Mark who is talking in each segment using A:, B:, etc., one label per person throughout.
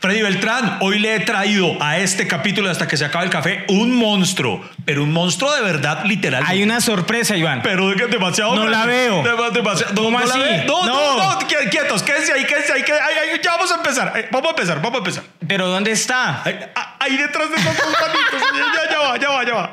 A: Freddy Beltrán, hoy le he traído a este capítulo hasta que se acabe el café un monstruo, pero un monstruo de verdad, literal.
B: Hay una sorpresa, Iván.
A: Pero es que demasiado.
B: No la veo.
A: Dema- demasiado- no,
B: ¿Cómo
A: no la
B: así?
A: ve. No, no,
B: No.
A: no, qui- Quietos, quédense ahí, quédense ahí. que- ay, ay, ya vamos a empezar. Ay, Vamos a empezar, vamos a empezar.
B: ¿Pero dónde está?
A: Ahí, ah, ahí detrás de esos dos manitos. Ya, ya va, ya va, ya va.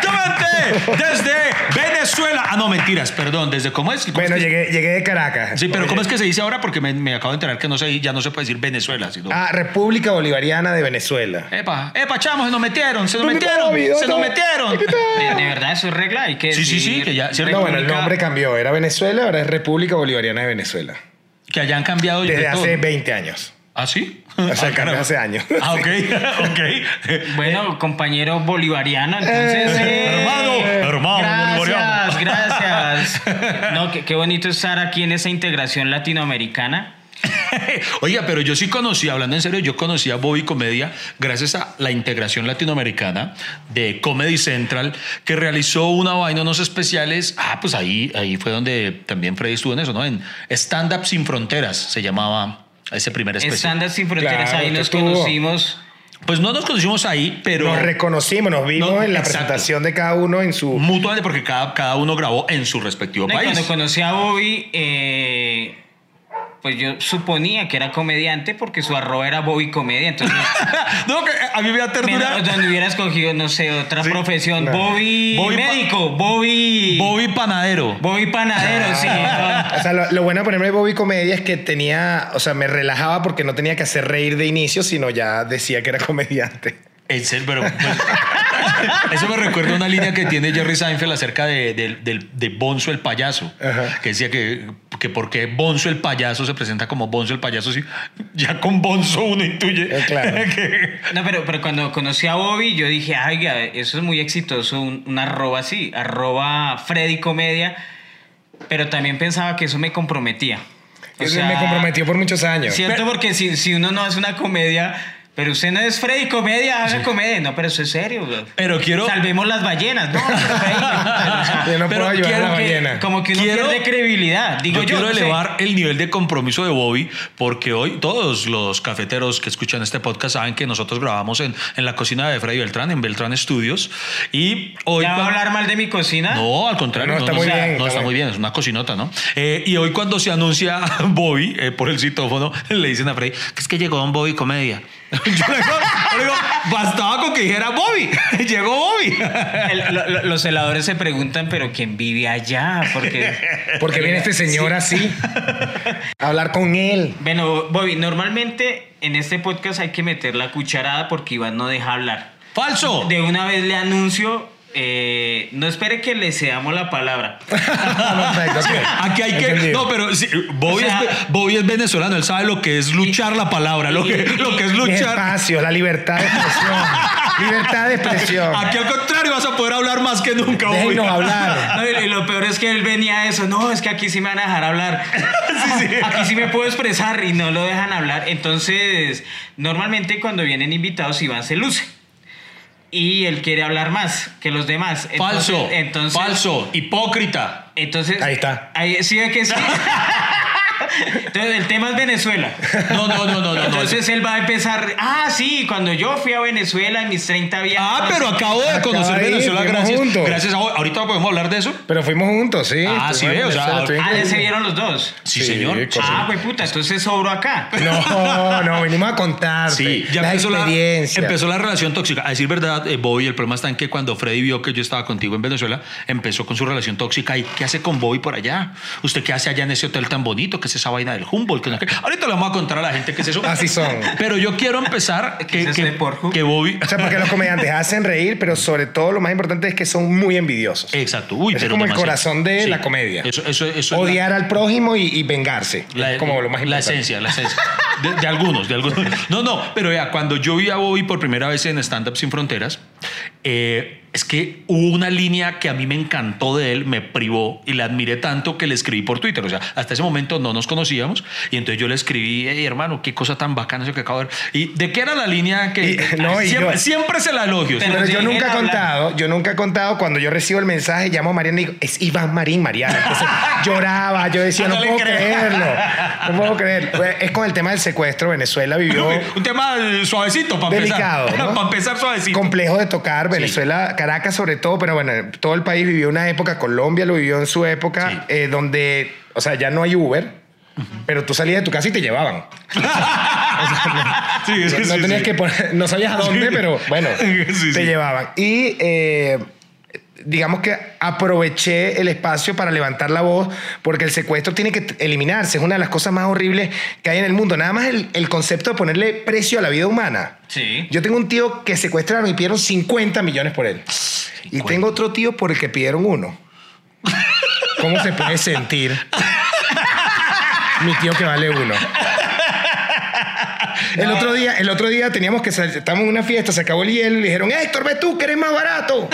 A: directamente desde Venezuela. Ah, no, mentiras, perdón, desde cómo es. ¿Cómo
C: Bueno,
A: es que-
C: llegué, llegué de Caracas.
A: Sí, pero ¿cómo es que se dice ahora? Porque me, me acabo de enterar que no se, ya no se puede decir Venezuela, sino.
C: Ah, República Bolivariana de Venezuela.
A: Epa, epa, chamos, se nos metieron, se nos
C: ¿Dónde está
A: metieron,
C: Bobby? ¿Dónde
A: se nos
C: está?
A: metieron.
B: De, de verdad, eso es regla. Hay que
A: Sí, sí, sí,
B: decir
A: que ya- sí,
C: No, bueno, el
B: República-
C: nombre cambió. Era Venezuela, ahora es República Bolivariana de Venezuela.
A: Que hayan cambiado de
C: Desde
A: todo.
C: hace 20 años.
A: ¿Ah, sí?
C: O sea,
A: Ah,
C: cambió
A: caramba.
C: hace años.
A: Ah, ok, ok.
B: Bueno, compañero bolivariano, entonces.
C: Eh,
A: hermano, hermano bolivariano.
B: Gracias, gracias. No, qué, qué bonito estar aquí en esa integración latinoamericana.
A: Oiga, pero yo sí conocí, hablando en serio, yo conocí a Bobby Comedia gracias a la integración latinoamericana de Comedy Central, que realizó una vaina, unos especiales. Ah, pues ahí, ahí fue donde también Freddy estuvo en eso, ¿no? En Stand Up Sin Fronteras se llamaba ese primer especial.
B: Estándares sin fronteras,
C: Claro,
B: ahí
C: que
B: nos
C: estuvo.
B: conocimos.
A: Pues no nos conocimos ahí, pero.
C: Nos reconocimos, nos vimos
A: No,
C: en la
A: exacto. Mm,
C: presentación de cada uno en su...
A: Mutuamente, porque cada, cada uno grabó en su respectivo
B: No, y
A: país.
B: Cuando conocí a Bobby, eh, pues yo suponía que era comediante porque su arroba era Bobby Comedia. Entonces,
A: no, que eh, a mí me da ternura.
B: menos donde hubiera escogido, no sé, otra profesión.
C: no.
B: Bobby,
A: Bobby pa-
B: médico, Bobby, Bobby,
A: Bobby Ah. Panadero.
B: panadero, sí.
C: Ah, O sea, lo, lo bueno de ponerme Bobby Comedia es que tenía... O sea, me relajaba porque no tenía que hacer reír de inicio, sino ya decía que era comediante.
A: En serio, pero. pues, eso me recuerda a una línea que tiene Jerry Seinfeld acerca de, del- del- de Bonzo el payaso.
C: Ajá.
A: Que decía que, que porque Bonzo el payaso se presenta como Bonzo el payaso, si ya con Bonzo uno intuye.
C: Eh, claro.
A: que-
B: No, pero, pero cuando conocí a Bobby, yo dije, ay, ya, eso es muy exitoso, un, un arroba así, arroba Freddy Comedia, pero también pensaba que eso me comprometía. O sea,
C: me comprometió por muchos años.
B: Cierto, porque si, si uno no hace una comedia, pero usted no es Freddy Comedia, haga comedia. No, pero eso es serio, bro.
A: Pero quiero.
B: Salvemos las ballenas, ¿no? pero Freddy, o sea,
C: Yo no
A: Pero
C: puedo ayudar a
A: quiero
C: la
A: que-
C: ballena.
B: como que uno
A: Quiero-
B: pierde credibilidad.
A: Yo,
B: Digo yo,
A: quiero
B: no sé.
A: elevar el nivel de compromiso de Bobby porque hoy todos los cafeteros que escuchan este podcast saben que nosotros grabamos en, en la cocina de Freddy Beltrán, en Beltrán Studios. Y hoy...
B: ¿Ya va a
A: cuando-
B: hablar mal de mi cocina?
A: No, al contrario.
C: No, está muy
A: sea,
C: bien,
A: no,
C: está
A: está
C: bien.
A: muy bien. Es una cocinota, ¿no? Eh, y hoy cuando se anuncia Bobby eh, por el citófono, le dicen a Freddy que es que llegó Don Bobby Comedia. Yo le digo, yo le digo, bastaba con que dijera Bobby. llegó Bobby.
B: El- lo- lo- los heladores se preguntan, pero ¿quién vive allá? Porque...
C: Porque viene este señor así a hablar con él.
B: Bueno, Bobby, normalmente en este podcast hay que meter la cucharada porque Iván no deja hablar.
A: Falso.
B: De una vez le anuncio, eh, no espere que le cedamos la palabra.
C: Perfecto, ok.
A: Aquí hay que.
C: Entendido.
A: No, pero sí, Bobby,
B: O sea-
A: es, Bobby es venezolano, él sabe lo que es luchar la palabra, lo que, lo que es
C: Mis
A: luchar.
C: espacios, la libertad de expresión. libertad de expresión.
A: Aquí al contrario vas a poder hablar más que nunca, Bobby.
C: Déjenos hablar.
B: No, y y lo peor es que él venía a eso. No, es que aquí sí me van a dejar hablar. Aquí sí me puedo expresar y no lo dejan hablar. Entonces, normalmente cuando vienen invitados, Iván se luce. Y él quiere hablar más que los demás. Entonces-
A: Falso.
B: Entonces,
A: falso. Hipócrita.
B: Entonces,
C: Ahí está.
B: Ahí, sí, ve que sí. Entonces, el tema es Venezuela.
A: No, no, no, no, no. no.
B: Entonces él va a empezar. Ah, sí, cuando yo fui a Venezuela en mis 30 viajes.
A: Ah, pero acabo de
C: Acaba
A: conocer
C: de ir,
A: Venezuela
C: fuimos
A: gracias.
C: juntos.
A: Gracias a Ahorita podemos hablar de eso.
C: Pero fuimos juntos, sí.
A: Ah, sí,
C: Estuvimos
A: veo, o
C: en
A: sea,
C: Venezuela, estuvimos
B: Ah, ya se
C: juntos.
B: vieron los dos.
A: Sí,
C: Sí,
A: señor.
C: correcto.
B: Ah, güey, puta, entonces sobro acá.
C: No, no, venimos a contar.
A: Ah, Sí, ya
C: la
A: empezó la,
C: experiencia.
A: empezó la relación tóxica. A decir verdad, eh, Bobby, el problema está en que cuando Freddy vio que yo estaba contigo en Venezuela, empezó con su relación tóxica. ¿Y qué hace con Bobby por allá? ¿Usted qué hace allá en ese hotel tan bonito? ¿Qué es esa vaina del Humboldt? Que no- que- Ahorita le vamos a contar a la gente qué es eso.
C: Así son.
A: Pero yo quiero empezar que,
B: es
A: que-
B: de Pornhub?
A: que Bobby...
C: O sea, porque los comediantes hacen reír, pero sobre todo lo más importante es que son muy envidiosos.
A: Exacto. Uy,
C: es
A: pero
C: como el
A: demasiado.
C: corazón de
A: Sí.
C: la comedia.
A: Eso, eso, eso es la-
C: Odiar al prójimo y, y vengarse.
A: La,
C: Es como lo más
A: la
C: importante.
A: esencia, la esencia. De, de algunos, de algunos. No, no, pero vea, cuando yo vi a Bobby por primera vez en Stand Up Sin Fronteras, eh, es que hubo una línea que a mí me encantó de él, me privó y la admiré tanto que le escribí por Twitter. O sea, hasta ese momento no nos conocíamos y entonces yo le escribí, "Ey, hermano, qué cosa tan bacana eso que acabo de ver. ¿Y de qué era la línea que
C: Y- no, y
A: siempre,
C: yo-
A: siempre se la elogio?
B: Pero
C: Pero yo
B: lleguen
C: nunca he
B: a hablar.
C: contado, yo nunca he contado cuando yo recibo el mensaje, llamo a Mariana y digo, es Iván Marín, Mariana. Entonces lloraba, yo decía,
A: No
C: no,
A: le
C: puedo
A: creo".
C: creerlo, no puedo creerlo. Pues, Es con el tema del secuestro, Venezuela vivió
A: Un tema eh, suavecito para empezar.
C: Delicado, ¿no?
A: Para empezar suavecito.
C: complejo de tocar, Venezuela, Caracas sobre todo, pero bueno, todo el país vivió una época, Colombia lo vivió en su época,
A: Sí.
C: eh, donde, o sea, ya no hay Uber. Pero tú salías de tu casa y te llevaban.
A: Sí, sí,
C: No
A: sí,
C: tenías
A: sí.
C: que poner- no sabías a dónde,
A: Sí.
C: pero bueno,
A: Sí, sí.
C: te llevaban. Y eh, digamos que aproveché el espacio para levantar la voz, porque el secuestro tiene que t- eliminarse. Es una de las cosas más horribles que hay en el mundo. Nada más el, el concepto de ponerle precio a la vida humana.
B: Sí.
C: Yo tengo un tío que secuestraron y pidieron 50 millones por él. Y tengo otro tío por el que pidieron uno. ¿Cómo se puede sentir mi tío que vale uno? El otro día, el otro día teníamos que sal- estábamos en una fiesta, se acabó el hielo y le dijeron, Héctor, ve tú que eres más barato.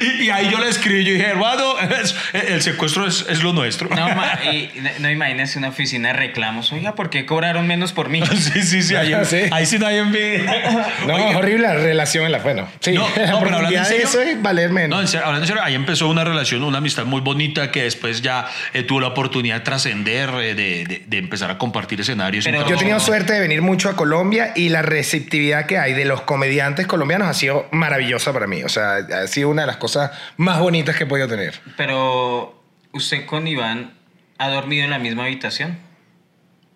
A: y, y ahí yo le escribí, yo dije, hermano, es- e, el secuestro es, es lo nuestro.
B: No, ma- y- no imagines una oficina de reclamos. Oiga, ¿por qué cobraron menos por mí?
A: sí, sí, sí, ahí,
C: Sí.
A: ahí sí no hay envidia.
C: No, es horrible la relación en la bueno. Sí,
A: No, no, pero
C: la
A: hablando en
C: profundidad de
A: serio-
C: eso es valer
A: No, en
C: menos.
A: serio, hablando en serio, ahí empezó una relación, una amistad muy bonita que después ya eh, tuvo la oportunidad de trascender, eh, de, de- de empezar a compartir escenarios.
B: Pero
A: y
C: Yo he
A: todo.
C: tenido
B: no.
C: suerte de venir mucho a Colombia y la receptividad que hay de los comediantes colombianos ha sido maravillosa para mí. O sea, ha sido una de las cosas más bonitas que he podido tener.
B: Pero usted con Iván ha dormido en la misma habitación.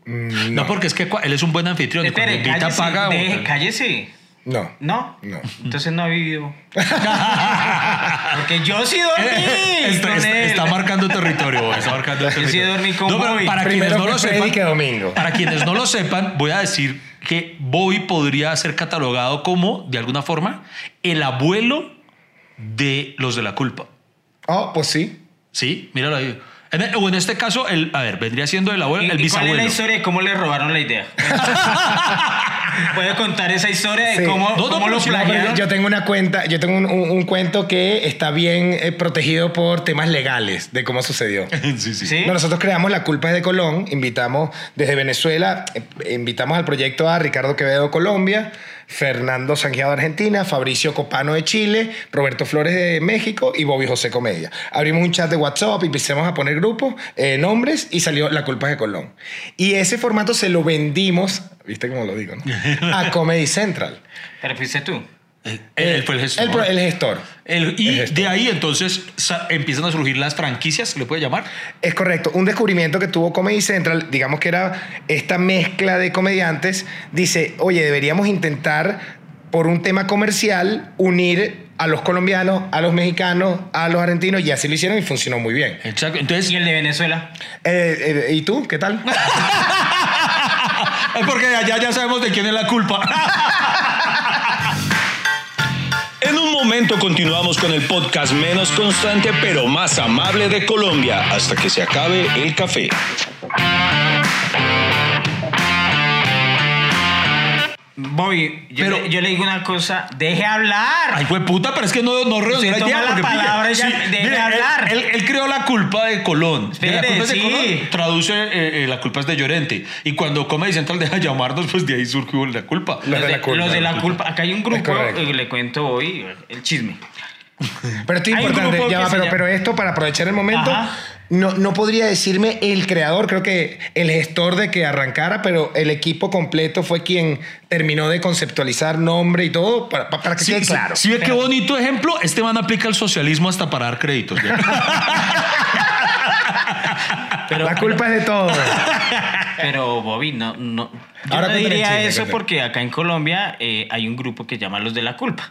C: Mm,
A: No, porque es que cua- él es un buen anfitrión. y Cuando
B: Espere,
A: invita,
B: cállese,
A: paga.
B: deje,
A: o-
B: cállese.
C: No.
B: ¿No?
C: No.
B: Entonces no ha vivido. Porque yo sí dormí.
A: está,
B: con
A: está-
B: él.
A: Eh, está marcando territorio, está marcando
B: sí
A: territorio.
B: dormí con
A: No, pero
B: Bobby.
A: para quienes
C: Primero
A: no lo
C: que Freddy
A: sepan,
C: que Domingo.
A: Para quienes no lo sepan, voy a decir que Bobby podría ser catalogado como, de alguna forma, el abuelo de los de la culpa.
C: Oh, pues sí.
A: Sí, míralo ahí. En el- o en este caso, el, a ver, vendría siendo el abuelo,
B: ¿Y-
A: el
B: y ¿Cuál es la
A: bisabuelo.
B: historia de cómo le robaron la idea? ¿Puede contar esa historia de
C: Sí.
B: cómo,
A: No, no,
B: cómo
A: pero
B: lo
A: si no, pero
B: plagiaron?
C: Yo tengo una cuenta, yo tengo un, un- un cuento que está bien eh, protegido por temas legales de cómo sucedió.
A: sí, sí.
B: ¿Sí?
C: No, nosotros creamos La Culpa es de Colón, invitamos desde Venezuela, eh, invitamos al proyecto a Ricardo Quevedo Colombia, Fernando Sangiado de Argentina, Fabricio Copano de Chile, Roberto Flores de México y Bobby José Comedia. Abrimos un chat de WhatsApp, empezamos a poner grupos, eh, nombres y salió La Culpa es de Colón. Y ese formato se lo vendimos, viste cómo lo digo, ¿no? A Comedy Central.
B: Pero fuiste tú.
A: Él, él fue el gestor.
C: El pro- el gestor.
A: El- y
C: el gestor.
A: de ahí entonces sa- empiezan a surgir las franquicias, ¿se le puede llamar?
C: Es correcto. Un descubrimiento que tuvo Comedy Central, digamos que era esta mezcla de comediantes, dice, oye, deberíamos intentar por un tema comercial unir a los colombianos, a los mexicanos, a los argentinos, y así lo hicieron y funcionó muy bien.
A: Exacto. Entonces,
B: ¿Y el de Venezuela?
C: Eh, eh, ¿Y tú? ¿Qué tal?
A: Es porque de allá ya sabemos de quién es la culpa.
D: En un momento continuamos con el podcast menos constante pero más amable de Colombia hasta que se acabe el café.
B: Bobby, yo,
A: Pero-
B: le, yo le digo una cosa. ¡Deje hablar!
A: Ay, fue puta, pero es que no, no reunió
B: Usted
A: la
B: toma
A: idea
B: la
A: porque, pille,
B: palabra, ya, deje
A: mire,
B: hablar.
A: Él, él- él creó la culpa de Colón. De la
B: Espere,
A: culpa es de
B: sí.
A: Colón, Traduce eh, eh, la culpa es de Llorente. Y cuando Comedy Central deja llamarnos, pues de ahí surgió la culpa.
C: Los de la culpa.
B: los de la culpa. Acá hay un grupo,
C: correcto.
B: eh, le cuento hoy el chisme.
C: Pero esto es
B: Hay un
C: importante,
B: grupo
C: ya
B: que
C: va,
B: se
C: pero,
B: llama-
C: pero esto para aprovechar el momento,
B: Ajá.
C: no, no podría decirme el creador, creo que el gestor de que arrancara, pero el equipo completo fue quien terminó de conceptualizar nombre y todo, para, para que quede claro.
A: Si ve qué bonito ejemplo, este man aplica el socialismo hasta para dar créditos. ¿ya?
B: Pero,
C: la culpa es de todos.
B: Pero Bobby, no, no. Yo
C: Ahora
B: no
C: cuéntame el
B: diría
C: chisme,
B: eso
C: cuéntame.
B: porque acá en Colombia eh, hay un grupo que llama los de la culpa.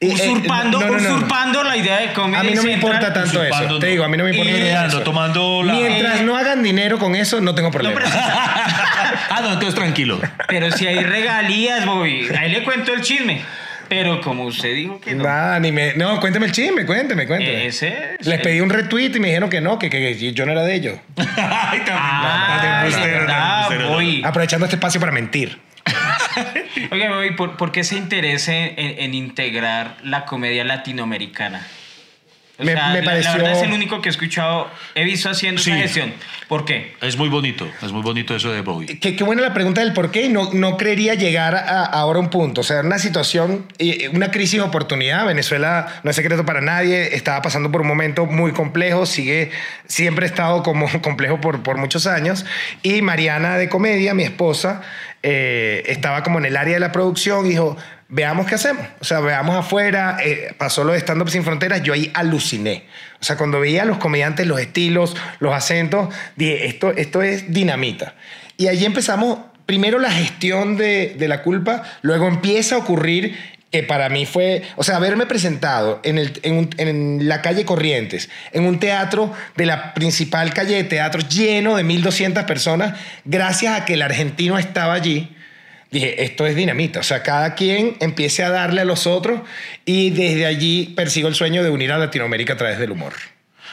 C: Y, eh,
B: Usurpando,
C: no, no, no, no.
B: usurpando la idea de comedia.
C: A mí no me
B: Central.
C: importa tanto
A: usurpando,
C: eso. Te
A: no.
C: digo, a mí no me importa
A: Eh,
C: tanto
A: ando
C: eso.
A: tomando la-
C: Mientras
B: Eh.
C: no hagan dinero con eso, no tengo
B: No,
C: problema.
B: pero,
A: ah, no, entonces tranquilo.
B: pero si hay regalías, Bobby. Ahí le cuento el chisme. Pero como usted dijo que no.
C: Nada, ni me... No, cuéntame el chisme, cuénteme, cuénteme.
B: eh, ese es
C: Les
B: el-
C: pedí un retweet y me dijeron que no, que, que- que yo no era de ellos.
A: Ay, tan-
B: Ah,
A: tan
B: de
A: embustero, tan
B: verdad,
A: embustero.
B: Bobby.
C: Aprovechando este espacio para mentir.
B: Oiga, Bobby, ¿por, por qué se interesa en, en integrar la comedia latinoamericana? O
C: Me-
B: sea,
C: me
B: la-
C: pareció-
B: La verdad es el único que he escuchado, he visto haciendo
A: Sí.
B: esa gestión. ¿Por qué?
A: Es muy bonito, es muy bonito eso de Bowie.
C: Qué, qué buena la pregunta del por qué. y No, no creería llegar a, ahora a un punto. O sea, una situación, eh, una crisis de oportunidad. Venezuela no es secreto para nadie. Estaba pasando por un momento muy complejo. Sigue, siempre ha estado como complejo por, por muchos años. Y Mariana de Comedia, mi esposa, eh, estaba como en el área de la producción y dijo, veamos qué hacemos. O sea, veamos afuera. eh, pasó lo de Stand Up Sin Fronteras, yo ahí aluciné. O sea, cuando veía a los comediantes, los estilos, los acentos, dije, esto, esto es dinamita. Y allí empezamos, primero la gestión de, de la culpa, luego empieza a ocurrir que para mí fue, o sea, haberme presentado en, el, en, un- en la calle Corrientes, en un teatro de la principal calle de teatro lleno de 1.200 personas, gracias a que el argentino estaba allí, dije, esto es dinamita. O sea, cada quien empiece a darle a los otros y desde allí persigo el sueño de unir a Latinoamérica a través del humor.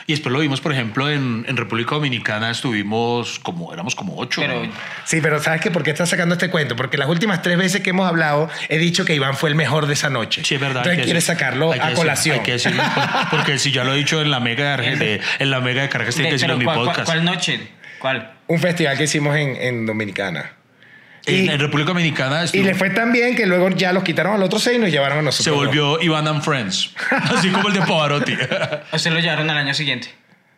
A: Y después lo vimos, por ejemplo, en, en República Dominicana estuvimos como, éramos como ocho.
B: Pero
A: ¿no?
C: Sí, pero ¿sabes qué? ¿Por qué estás sacando este cuento? Porque las últimas tres veces que hemos hablado he dicho que Iván fue el mejor de esa noche.
A: Sí, es verdad. hay
C: Entonces
A: que
C: quieres
A: decir-
C: sacarlo
A: hay que
C: a
A: decir-
C: colación.
A: hay que decirlo, por- porque si ya lo he dicho en la mega de, Arge- de- en la mega de Caracas, tiene que
B: de-
A: decirlo en
B: pero
A: mi
B: ¿cuál, cuál-
A: podcast.
B: cuál noche? ¿Cuál?
C: Un festival que hicimos en, en Dominicana.
A: en,
C: y-
A: en República Dominicana
C: Y
A: estuvo-
C: le fue tan bien que luego ya los quitaron al otro seis y nos llevaron a nosotros.
A: se volvió Iván and Friends, así como el de Pavarotti.
B: ¿O se lo llevaron al año siguiente?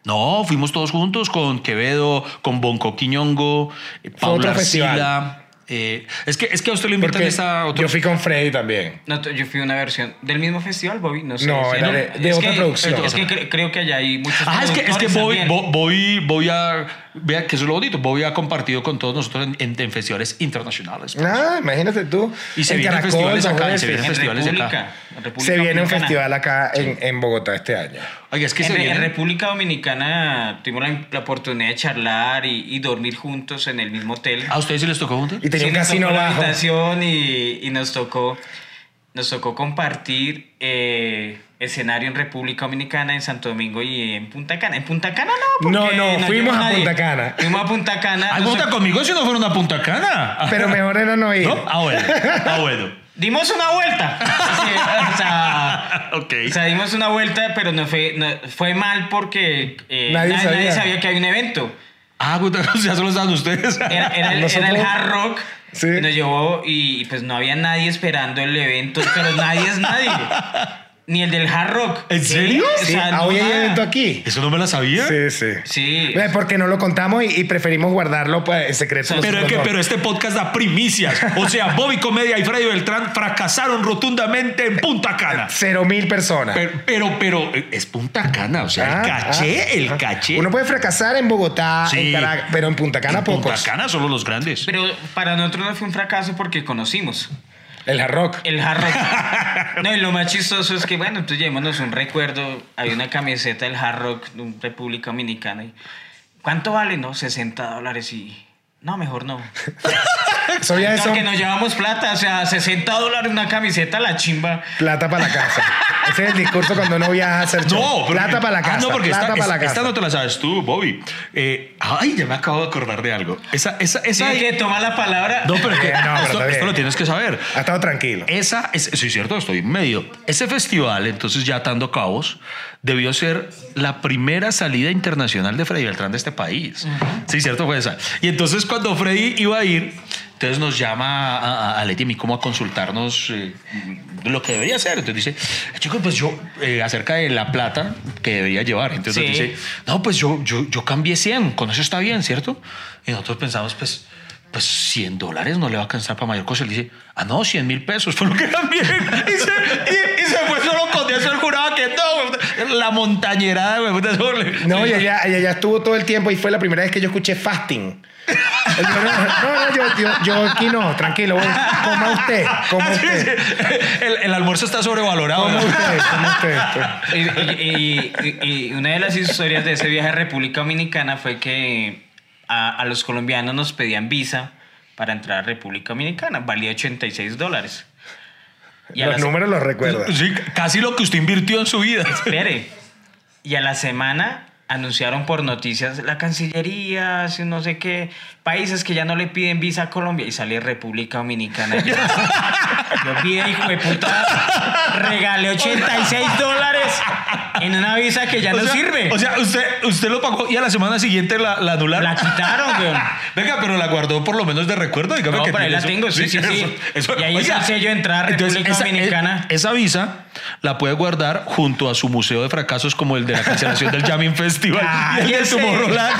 A: No, fuimos todos juntos con Quevedo, con Bonco Quiñongo, eh, Paula
C: otro festival.
A: Arcila. eh, es, que, es que a usted lo invitan
C: Porque
A: esta otra.
C: yo fui con Freddy también.
B: No, t- yo fui a una versión del mismo festival, Bobby. No, sé,
C: No,
B: si
C: era de- de otra
B: que-
C: producción.
B: Es que cre- creo que allá hay muchos.
A: Ah, es que, es que
B: productores
A: Bobby,
B: también.
A: Bo- Bobby- Bobby ha- vea que eso es lo bonito, Bobby ha compartido con todos nosotros en, en- en festivales internacionales.
C: Nada, imagínate tú.
A: Y se
C: en
A: vienen
C: Caracol,
A: festivales acá,
C: Bajón,
A: y se vienen
C: en-
A: festivales de acá.
B: en República
C: se viene un
B: Dominicana.
C: festival acá en, en Bogotá este año.
A: Oiga, es que se
B: en, en
A: vienen-
B: República Dominicana tuvimos la, la oportunidad de charlar y, y dormir juntos en el mismo hotel.
A: ¿A ustedes sí les tocó juntos?
C: Ah, Y
B: Sí,
C: tenía un
B: nos
C: casino
B: tocó la
C: bajo.
B: habitación y, y nos tocó nos tocó compartir eh, escenario en República Dominicana, en Santo Domingo y en Punta Cana. En Punta Cana no.
C: No,
B: porque
C: no, fuimos
B: llegó
C: a
B: nadie.
C: Punta Cana.
B: Fuimos a Punta Cana.
A: ¿Alguna
B: nos
A: otra Ah, conmigo si no fueron a Punta Cana?
C: Pero mejor era no ir.
A: ¿No? Ah, bueno. Ah, bueno.
B: Dimos una vuelta. Sí, o, sea,
A: Ok.
B: o sea, dimos una vuelta, pero no fue, no- fue mal porque eh, na-
C: Nadie
B: nadie, sabía.
C: sabía.
B: que había un evento.
A: Ah, puta, ya se lo saben ustedes.
B: Era, era el, era el
C: Nosotros-
B: hard rock.
C: Sí.
B: Nos llevó y, y, pues no había nadie esperando el evento, pero nadie es nadie. Ni el del hard rock.
A: ¿En serio?
B: O
C: Sí,
B: sea,
C: ah,
B: no
C: hoy hay
B: nada.
C: evento aquí.
A: Eso no me la sabía.
C: Sí, sí.
B: Sí.
C: Eh, Porque no lo contamos y, y preferimos guardarlo pues, en secreto.
A: Pero, es que, pero este podcast da primicias. O sea, Bobby Comedia y Freddy Beltrán fracasaron rotundamente en Punta Cana.
C: Cero mil personas.
A: Pero, pero, pero, eh, es Punta Cana. O sea,
C: Ah,
A: el caché,
C: ah,
A: el
C: ah.
A: caché.
C: Uno puede fracasar en Bogotá,
A: Sí.
C: en Caracas, pero en Punta Cana
A: en
C: pocos.
A: Punta Cana solo los grandes.
B: Pero para nosotros no fue un fracaso porque conocimos.
C: El hard rock.
B: El hard rock. No, y lo más chistoso es que, bueno, entonces llevémonos un recuerdo. Hay una camiseta del hard rock de un República Dominicana. Y, ¿Cuánto vale? No, 60 dólares y... No, mejor no.
C: Eso ya es
B: Porque
C: un-
B: nos llevamos plata, o sea, 60 dólares una camiseta, la chimba.
C: plata para la casa. Ese es el discurso cuando uno viaja a hacer show.
A: No, pero-
C: plata para la
A: Ah,
C: casa.
A: no, porque
C: plata
A: esta,
C: para la
A: esta-
C: casa.
A: esta no te la sabes tú, Bobby. Eh, ay, ya me acabo de acordar de algo. Esa, esa, esa.
B: Tiene que tomar la palabra.
A: No, pero, es que-
C: Eh, no, pero
A: esto,
C: está bien.
A: esto lo tienes que saber.
C: Ha estado tranquilo.
A: Esa, es, sí, cierto, estoy en medio. Ese festival, entonces ya atando cabos, debió ser la primera salida internacional de Freddy Beltrán de este país. Sí, cierto, fue esa. Y entonces cuando Freddy iba a ir, entonces nos llama a, a- a Leti y a mí como a consultarnos eh, lo que debería hacer. Entonces dice, chicos, pues yo, eh, acerca de la plata que debería llevar. Entonces nos
B: Sí.
A: dice, no, pues yo, yo, yo cambié 100, con eso está bien, ¿cierto? Y nosotros pensamos, pues, pues 100 dólares no le va a alcanzar para mayor cosa. Él dice, ah, no, 100 mil pesos fue lo que cambié. Y se, y- y se fue solo con eso, él juraba que no, güey, la montañerada, güey, puta, eso le-
C: No, y ella, ella ya estuvo todo el tiempo y fue la primera vez que yo escuché fasting. Él dijo, no, no, no, yo, yo, yo aquí no, tranquilo, voy, coma usted, coma
A: Sí, sí.
C: usted,
A: El, el almuerzo está sobrevalorado.
C: coma
A: ¿no?
C: usted, coma usted.
B: Y, y- y- y- y una de las historias de ese viaje a República Dominicana fue que a, a los colombianos nos pedían visa para entrar a República Dominicana. Valía 86 dólares. Y a
C: Los
B: la se-
C: números los recuerda.
A: Sí, casi lo que usted invirtió en su vida.
B: Espere. Y a la semana anunciaron por noticias la Cancillería, si no sé qué, países que ya no le piden visa a Colombia y sale República Dominicana. Yo, yo pide, hijo de puta, regalé 86 dólares en una visa que ya
A: O
B: no
A: sea-
B: sirve.
A: O sea, usted, usted lo pagó y a la semana siguiente la, la anularon.
B: la quitaron, weón.
A: Venga, pero la guardó por lo menos de recuerdo, dígame
B: No,
A: que
B: por ahí
A: tiene
B: la
A: eso.
B: tengo, sí, sí, sí. Y ahí está el sello de entrada, República Dominicana.
A: e- Esa, visa la puede guardar junto a su museo de fracasos como el de la cancelación del Jamming Festival y el del
B: Cállese.
A: Tomorrowland.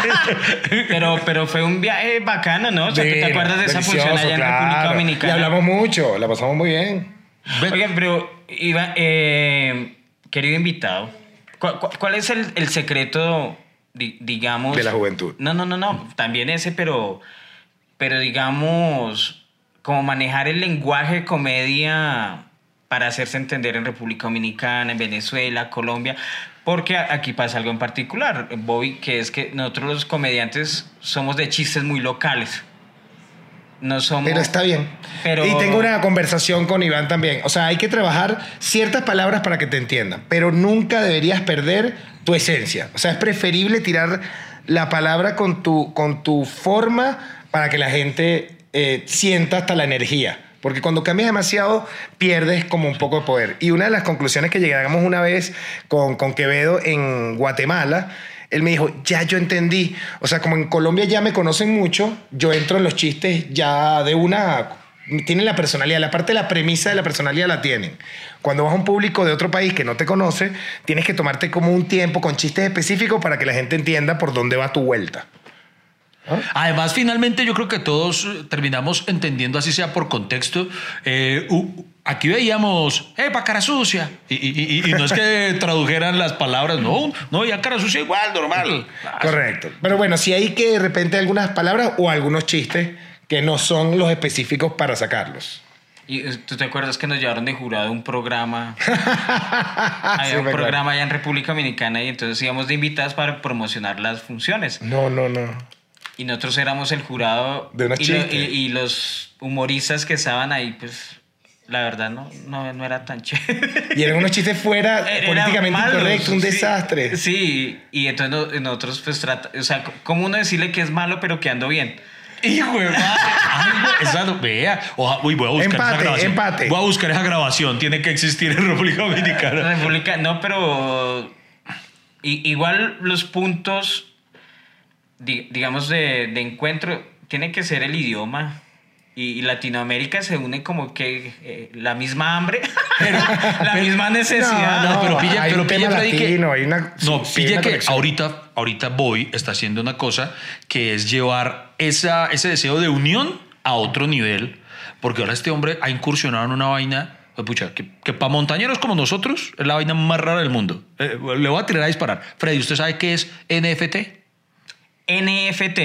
B: Pero, pero fue un viaje bacano, ¿no? O sea, ¿tú ¿te
C: Bien,
B: acuerdas de esa función
C: delicioso,
B: allá en
C: claro.
B: República Dominicana?
C: Y hablamos mucho, la pasamos muy bien.
A: Ve-
B: Oigan, pero, Iván, eh, querido invitado, ¿cuál, cuál- cuál es el, el secreto, di- digamos...
C: De la juventud.
B: No, no, no, no, también ese, pero, pero digamos, como manejar el lenguaje de comedia para hacerse entender en República Dominicana, en Venezuela, Colombia, porque a- aquí pasa algo en particular, Bobby, que es que nosotros los comediantes somos de chistes muy locales. No somos...
C: Pero está bien.
B: Pero-
C: Y tengo una conversación con Iván también. O sea, hay que trabajar ciertas palabras para que te entiendan, pero nunca deberías perder tu esencia. O sea, es preferible tirar la palabra con tu, con tu forma para que la gente eh, sienta hasta la energía. Porque cuando cambias demasiado, pierdes como un poco de poder. Y una de las conclusiones que llegamos una vez con, con Quevedo en Guatemala, él me dijo, ya yo entendí. O sea, como en Colombia ya me conocen mucho, yo entro en los chistes ya de una... Tienen la personalidad, la parte de la premisa de la personalidad la tienen. Cuando vas a un público de otro país que no te conoce, tienes que tomarte como un tiempo con chistes específicos para que la gente entienda por dónde va tu vuelta.
A: Además, finalmente yo creo que todos eh, terminamos entendiendo, así sea por contexto. eh, u- aquí veíamos, ¡epa, cara sucia! Y, y- y- y no es que tradujeran las palabras, no, no, ya cara sucia igual, normal.
C: Correcto. Pero bueno, si hay que de repente algunas palabras o algunos chistes que no son los específicos para sacarlos.
B: ¿Y eh, tú te acuerdas que nos llevaron de jurado a un programa? Había
C: Sí,
B: un
C: me acuerdo.
B: programa allá en República Dominicana y entonces íbamos de invitados para promocionar las funciones.
C: No, no, no.
B: Y nosotros éramos el jurado.
C: De una
B: y, lo-
C: chiste.
B: y- y los humoristas que estaban ahí, pues la verdad no, no, no era tan chévere.
C: Y eran unos chistes fuera
B: Era
C: políticamente
B: malos,
C: incorrectos, un
B: sí.
C: desastre.
B: Sí, y entonces no- nosotros pues trata, o sea, ¿cómo uno decirle que es malo pero que ando bien?
A: Hijo de madre. Ay, güey, esa no- vea. Oja- uy, voy a buscar esa
C: Empate,
A: grabación.
C: empate.
A: Voy a buscar esa grabación. Tiene que existir en República Dominicana.
B: República, no, pero i- igual los puntos, di- digamos, de, de encuentro, tiene que ser el idioma. Y, y Latinoamérica se une como que eh, la misma hambre, la misma necesidad.
A: no, Ah, pero pille-
C: hay
A: pero
C: un
A: pille
C: tema
A: Freddy que-
C: latino, hay una,
A: No,
C: sí, hay
A: pille
C: una
A: que
C: conexión.
A: ahorita, ahorita Bobby está haciendo una cosa que es llevar esa, ese deseo de unión a otro nivel, porque ahora este hombre ha incursionado en una vaina, pues, pucha, que, para montañeros como nosotros es la vaina más rara del mundo. Eh, le voy a tirar a disparar. Freddy, ¿usted sabe qué es NFT?
B: NFT.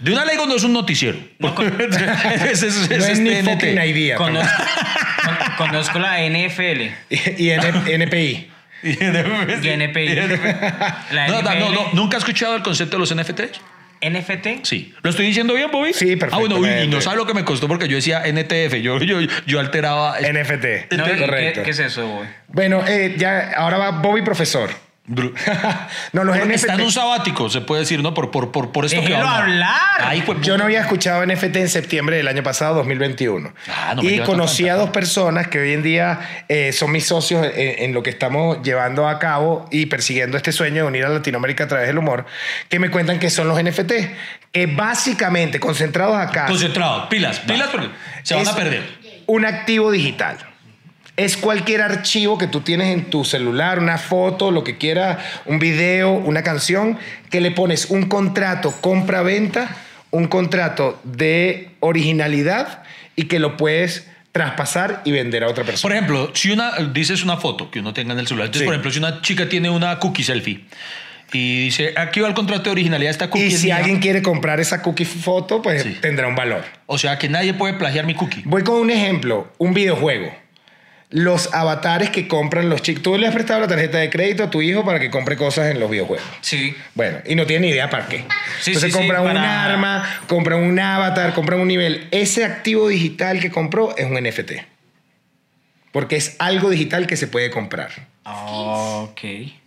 A: De una ley no es un noticiero. es, es-
C: No
A: es
C: es ni
A: este
C: fucking
A: NFT.
C: idea.
B: Conozco, con- conozco la NFL
C: Y, y N- NPI.
A: Y NFT.
B: y NPI. La
A: No, no,
B: NFL,
A: no, no, ¿Nunca has escuchado el concepto de los NFTs?
B: NFT.
A: Sí. ¿Lo estoy diciendo bien, Bobby?
C: Sí,
A: Ah, bueno, uy, y no
C: perfectamente.
A: sabe lo que me costó porque yo decía NTF. Yo, yo, yo alteraba.
C: NFT.
B: No, ¿y qué-
C: Correcto.
B: ¿qué, es eso, güey?
C: Bueno, eh, ya ahora va Bobby profesor.
A: Bru-
C: no, los NFT.
A: Está en un sabático, se puede decir, ¿no? Por, por, por, por esto que
B: Déjelo
A: habla.
B: hablar.
A: Ay, pues,
C: Yo no había escuchado NFT en septiembre del año pasado, 2021.
A: Ah, no me
C: y
A: llevas
C: conocí
A: tanta.
C: a dos personas que hoy en día eh, son mis socios en, en lo que estamos llevando a cabo y persiguiendo este sueño de unir a Latinoamérica a través del humor, que me cuentan que son los NFT, que básicamente, concentrados acá,
A: Concentrado, pilas, pilas porque se van
C: es
A: a perder.
C: Un activo digital. Es cualquier archivo que tú tienes en tu celular, una foto, lo que quiera, un video, una canción, que le pones un contrato compra-venta, un contrato de originalidad y que lo puedes traspasar y vender a otra
A: Por
C: persona.
A: ejemplo, si una, dices una foto que uno tenga en el celular. Entonces,
C: Sí.
A: por ejemplo, si una chica tiene una cookie selfie y dice, aquí va el contrato de originalidad de esta cookie.
C: y
A: es
C: si
A: mía".
C: alguien quiere comprar esa cookie foto, pues
A: Sí.
C: tendrá un valor.
A: O sea, que nadie puede plagiar mi cookie.
C: Voy con un ejemplo, un videojuego. Los avatares que compran los chicos. Tú le has prestado la tarjeta de crédito a tu hijo para que compre cosas en los videojuegos.
B: Sí.
C: Bueno, y no tiene ni idea para qué.
B: Sí,
C: Entonces
B: sí, sí,
C: compra un
B: para-
C: arma, compra un avatar, compra un nivel. Ese activo digital que compró es un NFT. Porque es algo digital que se puede comprar.
B: Ok.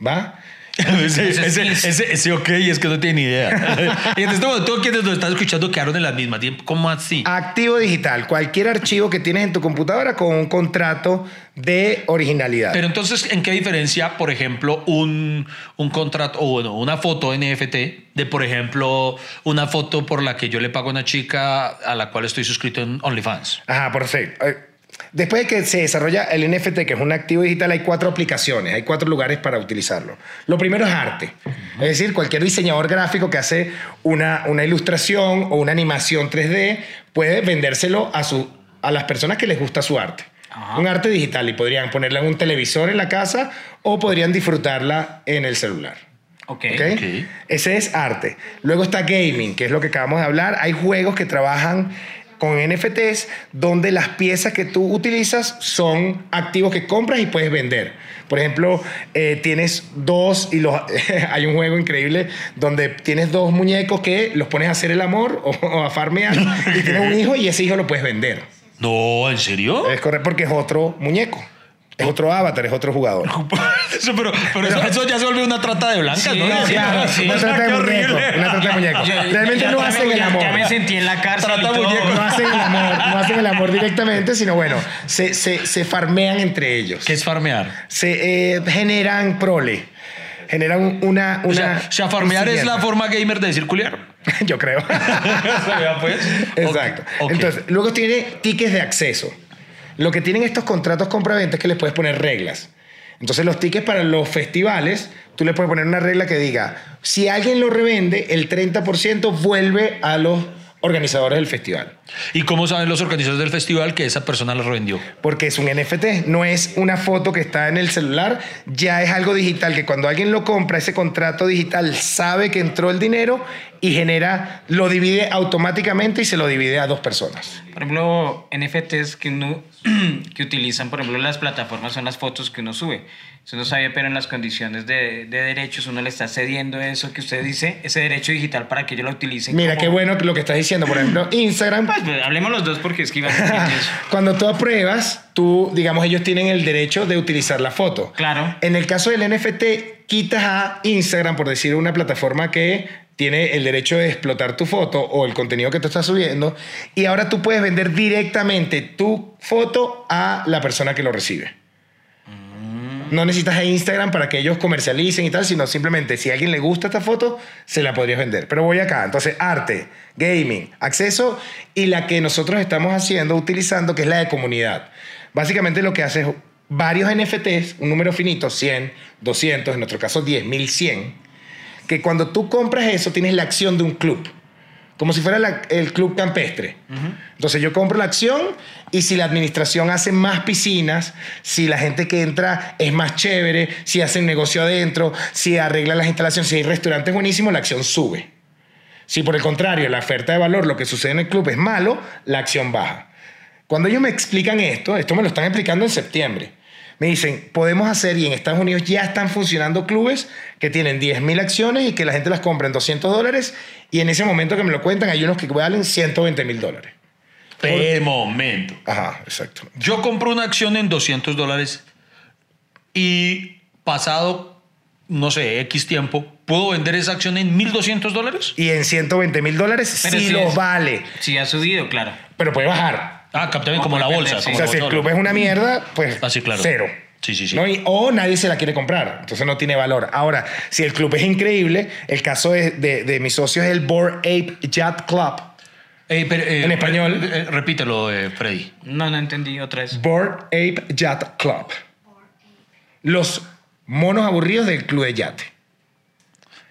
C: ¿Va?
A: Ese,
B: Ese es
A: ese,
B: Kiss.
A: ese- ese ok es que no tiene ni idea. y en este momento quienes lo están escuchando quedaron en las mismas. ¿Cómo así?
C: Activo digital, cualquier archivo que tienes en tu computadora con un contrato de originalidad.
A: Pero entonces, ¿en qué diferencia, por ejemplo, un, un contrato o bueno, una foto NFT de, por ejemplo, una foto por la que yo le pago a una chica a la cual estoy suscrito en OnlyFans?
C: Ajá, perfecto. Eh, Después de que se desarrolla el NFT, que es un activo digital, hay cuatro aplicaciones, hay cuatro lugares para utilizarlo. Lo primero es arte. Es decir, cualquier diseñador gráfico que hace una, una ilustración o una animación 3D puede vendérselo a, su, a las personas que les gusta su arte.
B: Ajá.
C: Un arte digital y podrían ponerla en un televisor en la casa o podrían disfrutarla en el celular.
B: Ok.
C: ¿ok?
A: Ok.
C: Ese es arte. Luego está gaming, que es lo que acabamos de hablar. Hay juegos que trabajan con NFTs donde las piezas que tú utilizas son activos que compras y puedes vender. Por ejemplo, eh, tienes dos y los hay un juego increíble donde tienes dos muñecos que los pones a hacer el amor o, o a farmear y tienes un hijo y ese hijo lo puedes vender.
A: No, ¿en serio?
C: Es correcto porque es otro muñeco, es otro avatar, es otro jugador.
A: Eso, pero pero eso, eso ya se volvió una trata de blancas,
B: Sí,
A: ¿no?
B: no,
A: Sí,
C: Claro,
A: sí.
C: una trata de
A: Qué
C: muñecos,
A: horrible.
C: una trata de muñecos.
B: Ya-
C: Realmente
B: ya-
C: no
B: ya
C: hacen
B: me-
C: el
B: ya-
C: amor.
B: Ya me sentí en la cárcel.
A: Trata
B: y todo.
A: muñecos.
C: No hacen el amor, no hacen el amor directamente, sino bueno, se, se, se farmean entre ellos.
A: ¿Qué es farmear?
C: Se eh, generan prole. Generan una.
A: O
C: una
A: sea, o sea, farmear es la forma gamer de decir culiar.
C: Yo creo.
A: Vea, pues.
C: Exacto.
A: Ok, ok.
C: Entonces, luego tiene tickets de acceso. Lo que tienen estos contratos compra-venta es que les puedes poner reglas. Entonces, los tickets para los festivales, tú le puedes poner una regla que diga: si alguien lo revende, el 30% vuelve a los organizadores del festival.
A: ¿Y cómo saben los organizadores del festival que esa persona la revendió?
C: Porque es un NFT, no es una foto que está en el celular, ya es algo digital que cuando alguien lo compra, ese contrato digital sabe que entró el dinero y genera, lo divide automáticamente y se lo divide a dos personas.
B: Por ejemplo, NFTs que, uno- que utilizan, por ejemplo, las plataformas son las fotos que uno sube. Eso no sabía, pero en las condiciones de, de derechos uno le está cediendo eso que usted dice, ese derecho digital para que ellos lo utilicen.
C: Mira,
B: como-
C: qué bueno lo que estás diciendo, por ejemplo, Instagram.
B: Pues, pues, hablemos los dos porque es que iba a decir eso.
C: Cuando tú apruebas, tú, digamos, ellos tienen el derecho de utilizar la foto.
B: Claro.
C: En el caso del NFT, quitas a Instagram, por decir una plataforma que tiene el derecho de explotar tu foto o el contenido que tú estás subiendo, y ahora tú puedes vender directamente tu foto a la persona que lo recibe. No necesitas a Instagram para que ellos comercialicen y tal, sino simplemente si a alguien le gusta esta foto, se la podrías vender. Pero voy acá. Entonces, arte, gaming, acceso y la que nosotros estamos haciendo, utilizando, que es la de comunidad. Básicamente lo que hace es varios NFTs, un número finito, 100, 200, en nuestro caso 10, 1100, que cuando tú compras eso tienes la acción de un club. Como si fuera la- el club campestre. Entonces yo compro la acción y si la administración hace más piscinas, si la gente que entra es más chévere, si hacen negocio adentro, si arreglan las instalaciones, si hay restaurantes buenísimos, la acción sube. Si por el contrario la oferta de valor, lo que sucede en el club es malo, la acción baja. Cuando ellos me explican esto, esto me lo están explicando en septiembre, me dicen, podemos hacer, y en Estados Unidos ya están funcionando clubes que tienen 10.000 acciones y que la gente las compra en 200 dólares, y en ese momento que me lo cuentan hay unos que valen 120 mil dólares.
A: De momento.
C: Ajá, exacto.
A: Yo compro una acción en 200 dólares y pasado, no sé, X tiempo, ¿puedo vender esa acción en 1200 dólares?
C: Y en 120 mil dólares
B: Pero
C: sí
B: sí
C: los
B: es.
C: vale,
B: Sí, ha subido, claro.
C: pero puede bajar.
A: Ah, captame como la bolsa.
B: Sí.
A: como
C: o sea,
A: la
C: si el
A: bolsa.
C: club es una mierda, pues
A: Ah, sí, claro.
C: cero.
A: Sí, sí, sí.
C: ¿No? Y- o nadie se la quiere comprar, entonces no tiene valor. Ahora, si el club es increíble, el caso de, de- de mis socios es el Bored Ape Yacht Club.
A: Eh, pero, eh,
C: En español.
A: eh, eh, repítelo, eh, Freddy.
B: No, no entendí otra vez.
C: Bored Ape Yacht Club. Los monos aburridos del club de yate.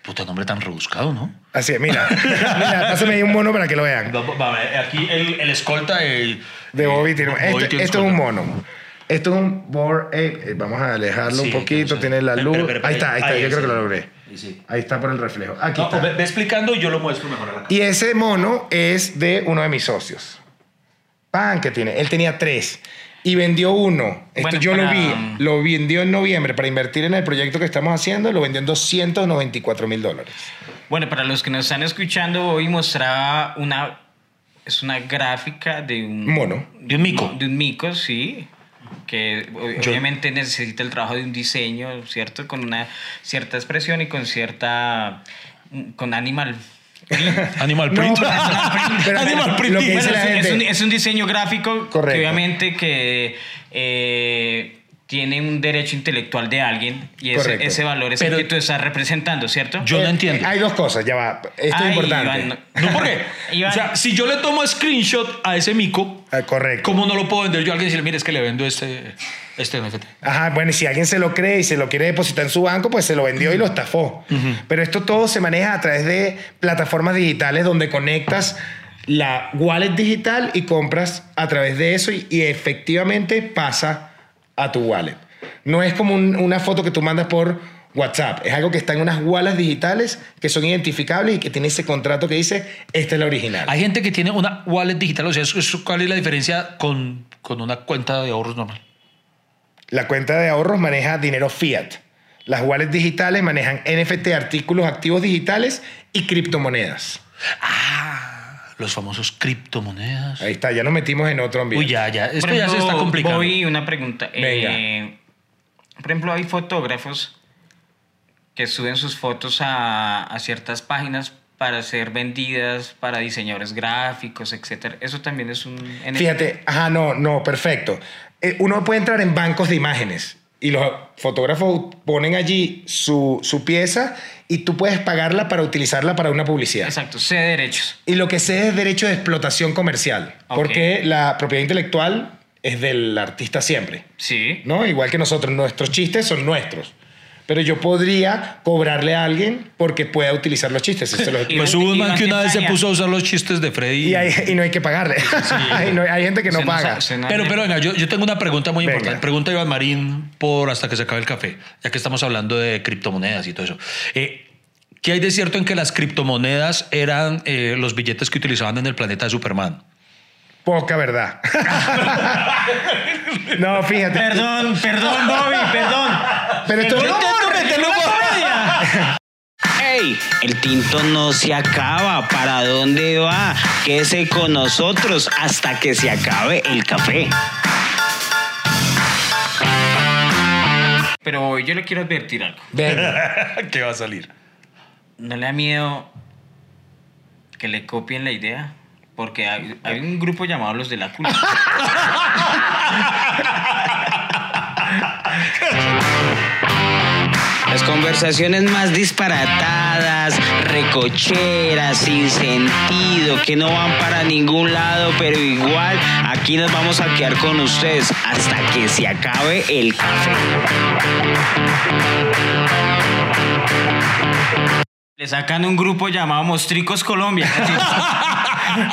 A: Puta nombre tan rebuscado, ¿no?
C: Así es, mira. mira, pásame ahí un mono para que lo vean.
A: Aquí el, escolta el,
C: De Bobby tiene- Esto, esto es un
A: escolta.
C: mono. Esto es un Bored Ape. Eh, Vamos a alejarlo
A: Sí,
C: un poquito.
A: entonces-
C: Tiene la
A: Espera,
C: luz.
A: espera, espera,
C: ahí está, ahí está.
A: ahí,
C: Yo
A: ahí
C: creo que
A: sí.
C: lo logré.
A: Ahí sí.
C: Ahí está por el reflejo. Aquí
A: No,
C: está.
A: ve, ve explicando y yo lo muestro mejor a la
C: Y ese mono es de uno de mis socios. Pan que tiene. Él tenía tres y vendió uno. Esto
B: Bueno,
C: yo lo
B: para-
C: vi. Lo vendió en noviembre para invertir en el proyecto que estamos haciendo. Lo vendió en 294 mil dólares.
B: Bueno, para los que nos están escuchando, hoy mostraba una. Es una gráfica de un.
C: Mono.
A: De un mico.
B: De un mico, sí. que o- obviamente necesita el trabajo de un diseño, ¿cierto? Con una cierta expresión y con cierta... mm, con animal.
A: Animal print.
C: No, pero
A: Animal
C: lo
A: print.
C: que dice
B: Bueno,
C: la
B: es, un-
C: gente.
B: es un, es un diseño gráfico
C: Correcto.
B: que obviamente que eh, tiene un derecho intelectual de alguien y ese,
C: Correcto.
B: ese valor es
A: Pero-
B: el que tú estás representando, ¿cierto?
A: Yo no
C: Eh,
A: entiendo.
C: eh, Hay dos cosas, ya va. Esto
B: Ay,
C: es importante.
B: Iván,
A: No, porque,
B: Iván,
A: o sea, si yo le tomo screenshot a ese mico,
C: Ah, correcto.
A: ¿cómo no lo puedo vender yo a alguien y decirle, mire, es que le vendo este, este NFT?
C: Ajá, bueno, y si alguien se lo cree y se lo quiere depositar en su banco, pues se lo vendió y lo estafó. Pero esto todo se maneja a través de plataformas digitales donde conectas la wallet digital y compras a través de eso y, y efectivamente pasa a tu wallet. No es como un- una foto que tú mandas por WhatsApp, es algo que está en unas wallets digitales que son identificables y que tiene ese contrato que dice, esta es la original.
A: Hay gente que tiene una wallet digital, o sea, eso- eso- ¿cuál es la diferencia con, con una cuenta de ahorros normal?
C: La cuenta de ahorros maneja dinero fiat. Las wallets digitales manejan NFT, artículos, activos digitales y criptomonedas.
A: Ah, los famosos criptomonedas.
C: Ahí está, ya nos metimos en otro ambiente.
A: Uy, ya, ya. Esto
B: Por
A: ya se
B: ejemplo,
A: está complicando.
B: Bobby, una pregunta.
C: Venga.
B: Eh, por ejemplo, hay fotógrafos que suben sus fotos a, a ciertas páginas para ser vendidas para diseñadores gráficos, etcétera. Eso también es un NFT.
C: Fíjate, ajá, no, no, perfecto. Eh, uno puede entrar en bancos de imágenes y los fotógrafos ponen allí su, su pieza y tú puedes pagarla para utilizarla para una publicidad.
B: Exacto, sé derechos.
C: Y lo que sé es derecho de explotación comercial,
B: Ok.
C: porque la propiedad intelectual es del artista siempre.
B: Sí.
C: ¿no? Igual que nosotros, nuestros chistes son nuestros. Pero yo podría cobrarle a alguien porque pueda utilizar los chistes. eso se los-
B: Y-
A: Pues hubo un man
B: Iván
A: que una vez se
B: Quintanilla.
A: puso a usar los chistes de Freddy.
C: y, hay,
B: eh,
C: y no hay que pagarle. Y no- hay gente que no
B: Se nos-
C: paga.
B: se nos-
A: Pero, pero venga, yo, yo tengo una pregunta muy
C: Venga.
A: importante. Pregunta a Iván Marín por hasta que se acabe el café, ya que estamos hablando de criptomonedas y todo eso. Eh, ¿Qué hay de cierto en que las criptomonedas eran eh, los billetes que utilizaban en el planeta de Superman?
C: Poca verdad. no, fíjate.
B: Perdón, perdón, Bobby, perdón.
C: Pero esto
B: Yo intento meterle una comedia.
E: ¡Ey! El tinto no se acaba. ¿Para dónde va? Quédese con nosotros hasta que se acabe el café.
B: Pero Bobby, yo le quiero advertir algo.
C: Venga.
A: ¿Qué va a salir?
B: ¿No le da miedo que le copien la idea? Porque hay, hay un grupo llamado Los de la Cula.
E: Las conversaciones más disparatadas, recocheras, sin sentido, que no van para ningún lado, pero igual aquí nos vamos a quedar con ustedes hasta que se acabe el café.
B: Le sacan un grupo llamado Mostricos Colombia.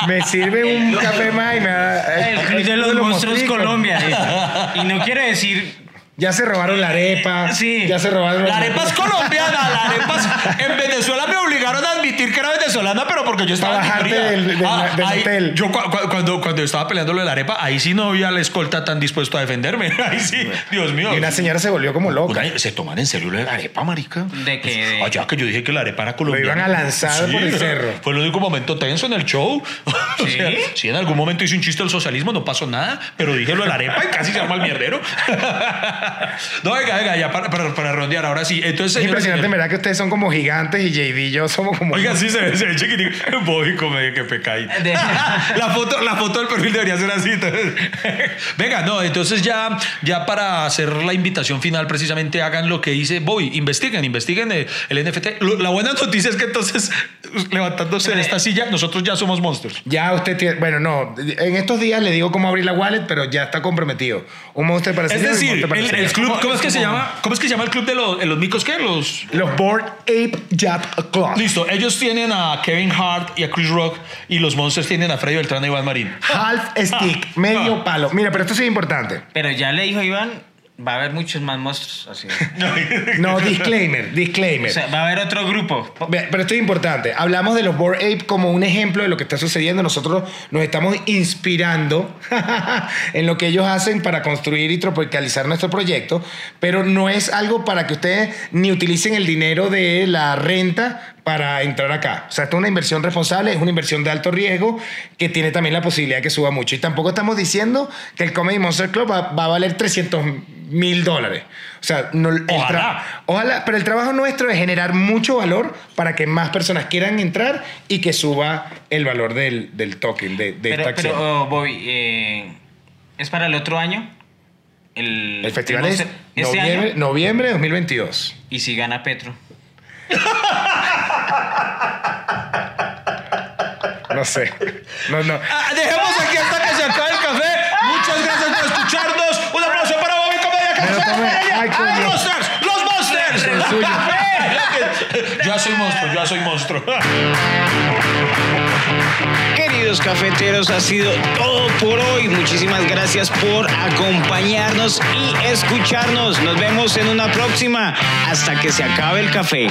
C: Me sirve un café más y me da- eh,
B: El club de los monstruos
C: mosquitos.
B: Colombia. eh. Y no quiere decir.
C: Ya se robaron la arepa.
B: Sí.
C: Ya se robaron
A: La arepa es
C: mosquitos.
A: colombiana, la arepa es- En Venezuela me obligaron a admitir que era venezolana, pero porque yo estaba.
C: Para
A: en
C: bajarte
A: minoría.
C: del- del- del
A: ahí-
C: hotel.
A: Yo cua- cua- cuando, cuando estaba peleando lo de la arepa, ahí sí no había la escolta tan dispuesto a defenderme. Ahí sí, Dios mío.
C: Y una señora se volvió como loca.
A: Una- se toman en serio lo de la arepa, marica.
B: ¿De qué?
A: Pues, allá que yo dije que la arepa era colombiana.
C: iban a lanzar por el cerro.
A: Fue el único momento tenso en el show. O sea,
B: ¿Sí?
A: si en algún momento hice un chiste del socialismo, no pasó nada, pero dije lo de la arepa y casi se arma el mierdero. no, venga, venga, ya para, para, para rondear. Ahora sí. Entonces,
C: Es
A: señora,
C: impresionante, en
A: señora-
C: verdad, que ustedes son como gigantes y JD y yo somos como.
A: Oiga, sí, se ve, se ve chiquitito. Bobby comedia, que pecadito.
B: De-
A: la, foto, la foto del perfil debería ser así. entonces. Venga, no, entonces ya, ya para hacer la invitación final, precisamente hagan lo que dice Bobby. Investiguen, investiguen el, el NFT. Lo- la buena noticia es que entonces, levantándose de esta silla, nosotros ya somos monsters.
C: Ya usted tiene, bueno, no, en estos días le digo cómo abrir la wallet, pero ya está comprometido. Un monster para
A: Es
C: señor y un
A: decir,
C: monster para
A: el, el
C: señor.
A: club, ¿cómo es que se llama? ¿Cómo es que se llama el club de los, de los micos qué? Los.
C: Los Board Ape Yacht Club.
A: Listo, ellos tienen a Kevin Hart y a Chris Rock y los monsters tienen a Freddy Beltrán y Iván Marín.
C: Half
A: Ah.
C: stick, medio palo. Mira, pero esto sí es importante.
B: Pero ya le dijo Iván, va a haber muchos más monstruos. Así.
C: No, disclaimer, disclaimer.
B: O sea, va a haber otro grupo.
C: Ve, Pero esto es importante. Hablamos de los Bored Ape como un ejemplo de lo que está sucediendo. Nosotros nos estamos inspirando en lo que ellos hacen para construir y tropicalizar nuestro proyecto, pero no es algo para que ustedes ni utilicen el dinero de la renta para entrar acá. O sea, esto es una inversión responsable, es una inversión de alto riesgo que tiene también la posibilidad de que suba mucho. Y tampoco estamos diciendo que el Comedy Monster Club va, va a valer 300 mil dólares. O sea, no, el tra-
A: Ojalá.
C: ojalá, pero el trabajo nuestro es generar mucho valor para que más personas quieran entrar y que suba el valor del, del token, de, de esta
B: Pero,
C: acción.
B: pero oh, Bobby, eh, ¿es para el otro año? El,
C: el festival
B: uh, el
C: es
B: Monster- este
C: noviembre,
B: año.
C: noviembre de 2022.
B: Y si gana Petro.
C: No sé. No, no.
A: Ah, dejemos aquí hasta que se acabe el café. Muchas gracias por escucharnos. Un aplauso para Bobby Comedia
C: Me lo tomé. Ay, coño.
A: Los Monsters, los Monsters.
C: El suyo.
A: Yo ya soy monstruo, yo ya soy monstruo.
E: Queridos cafeteros, ha sido todo por hoy. Muchísimas gracias por acompañarnos y escucharnos. Nos vemos en una próxima hasta que se acabe el café.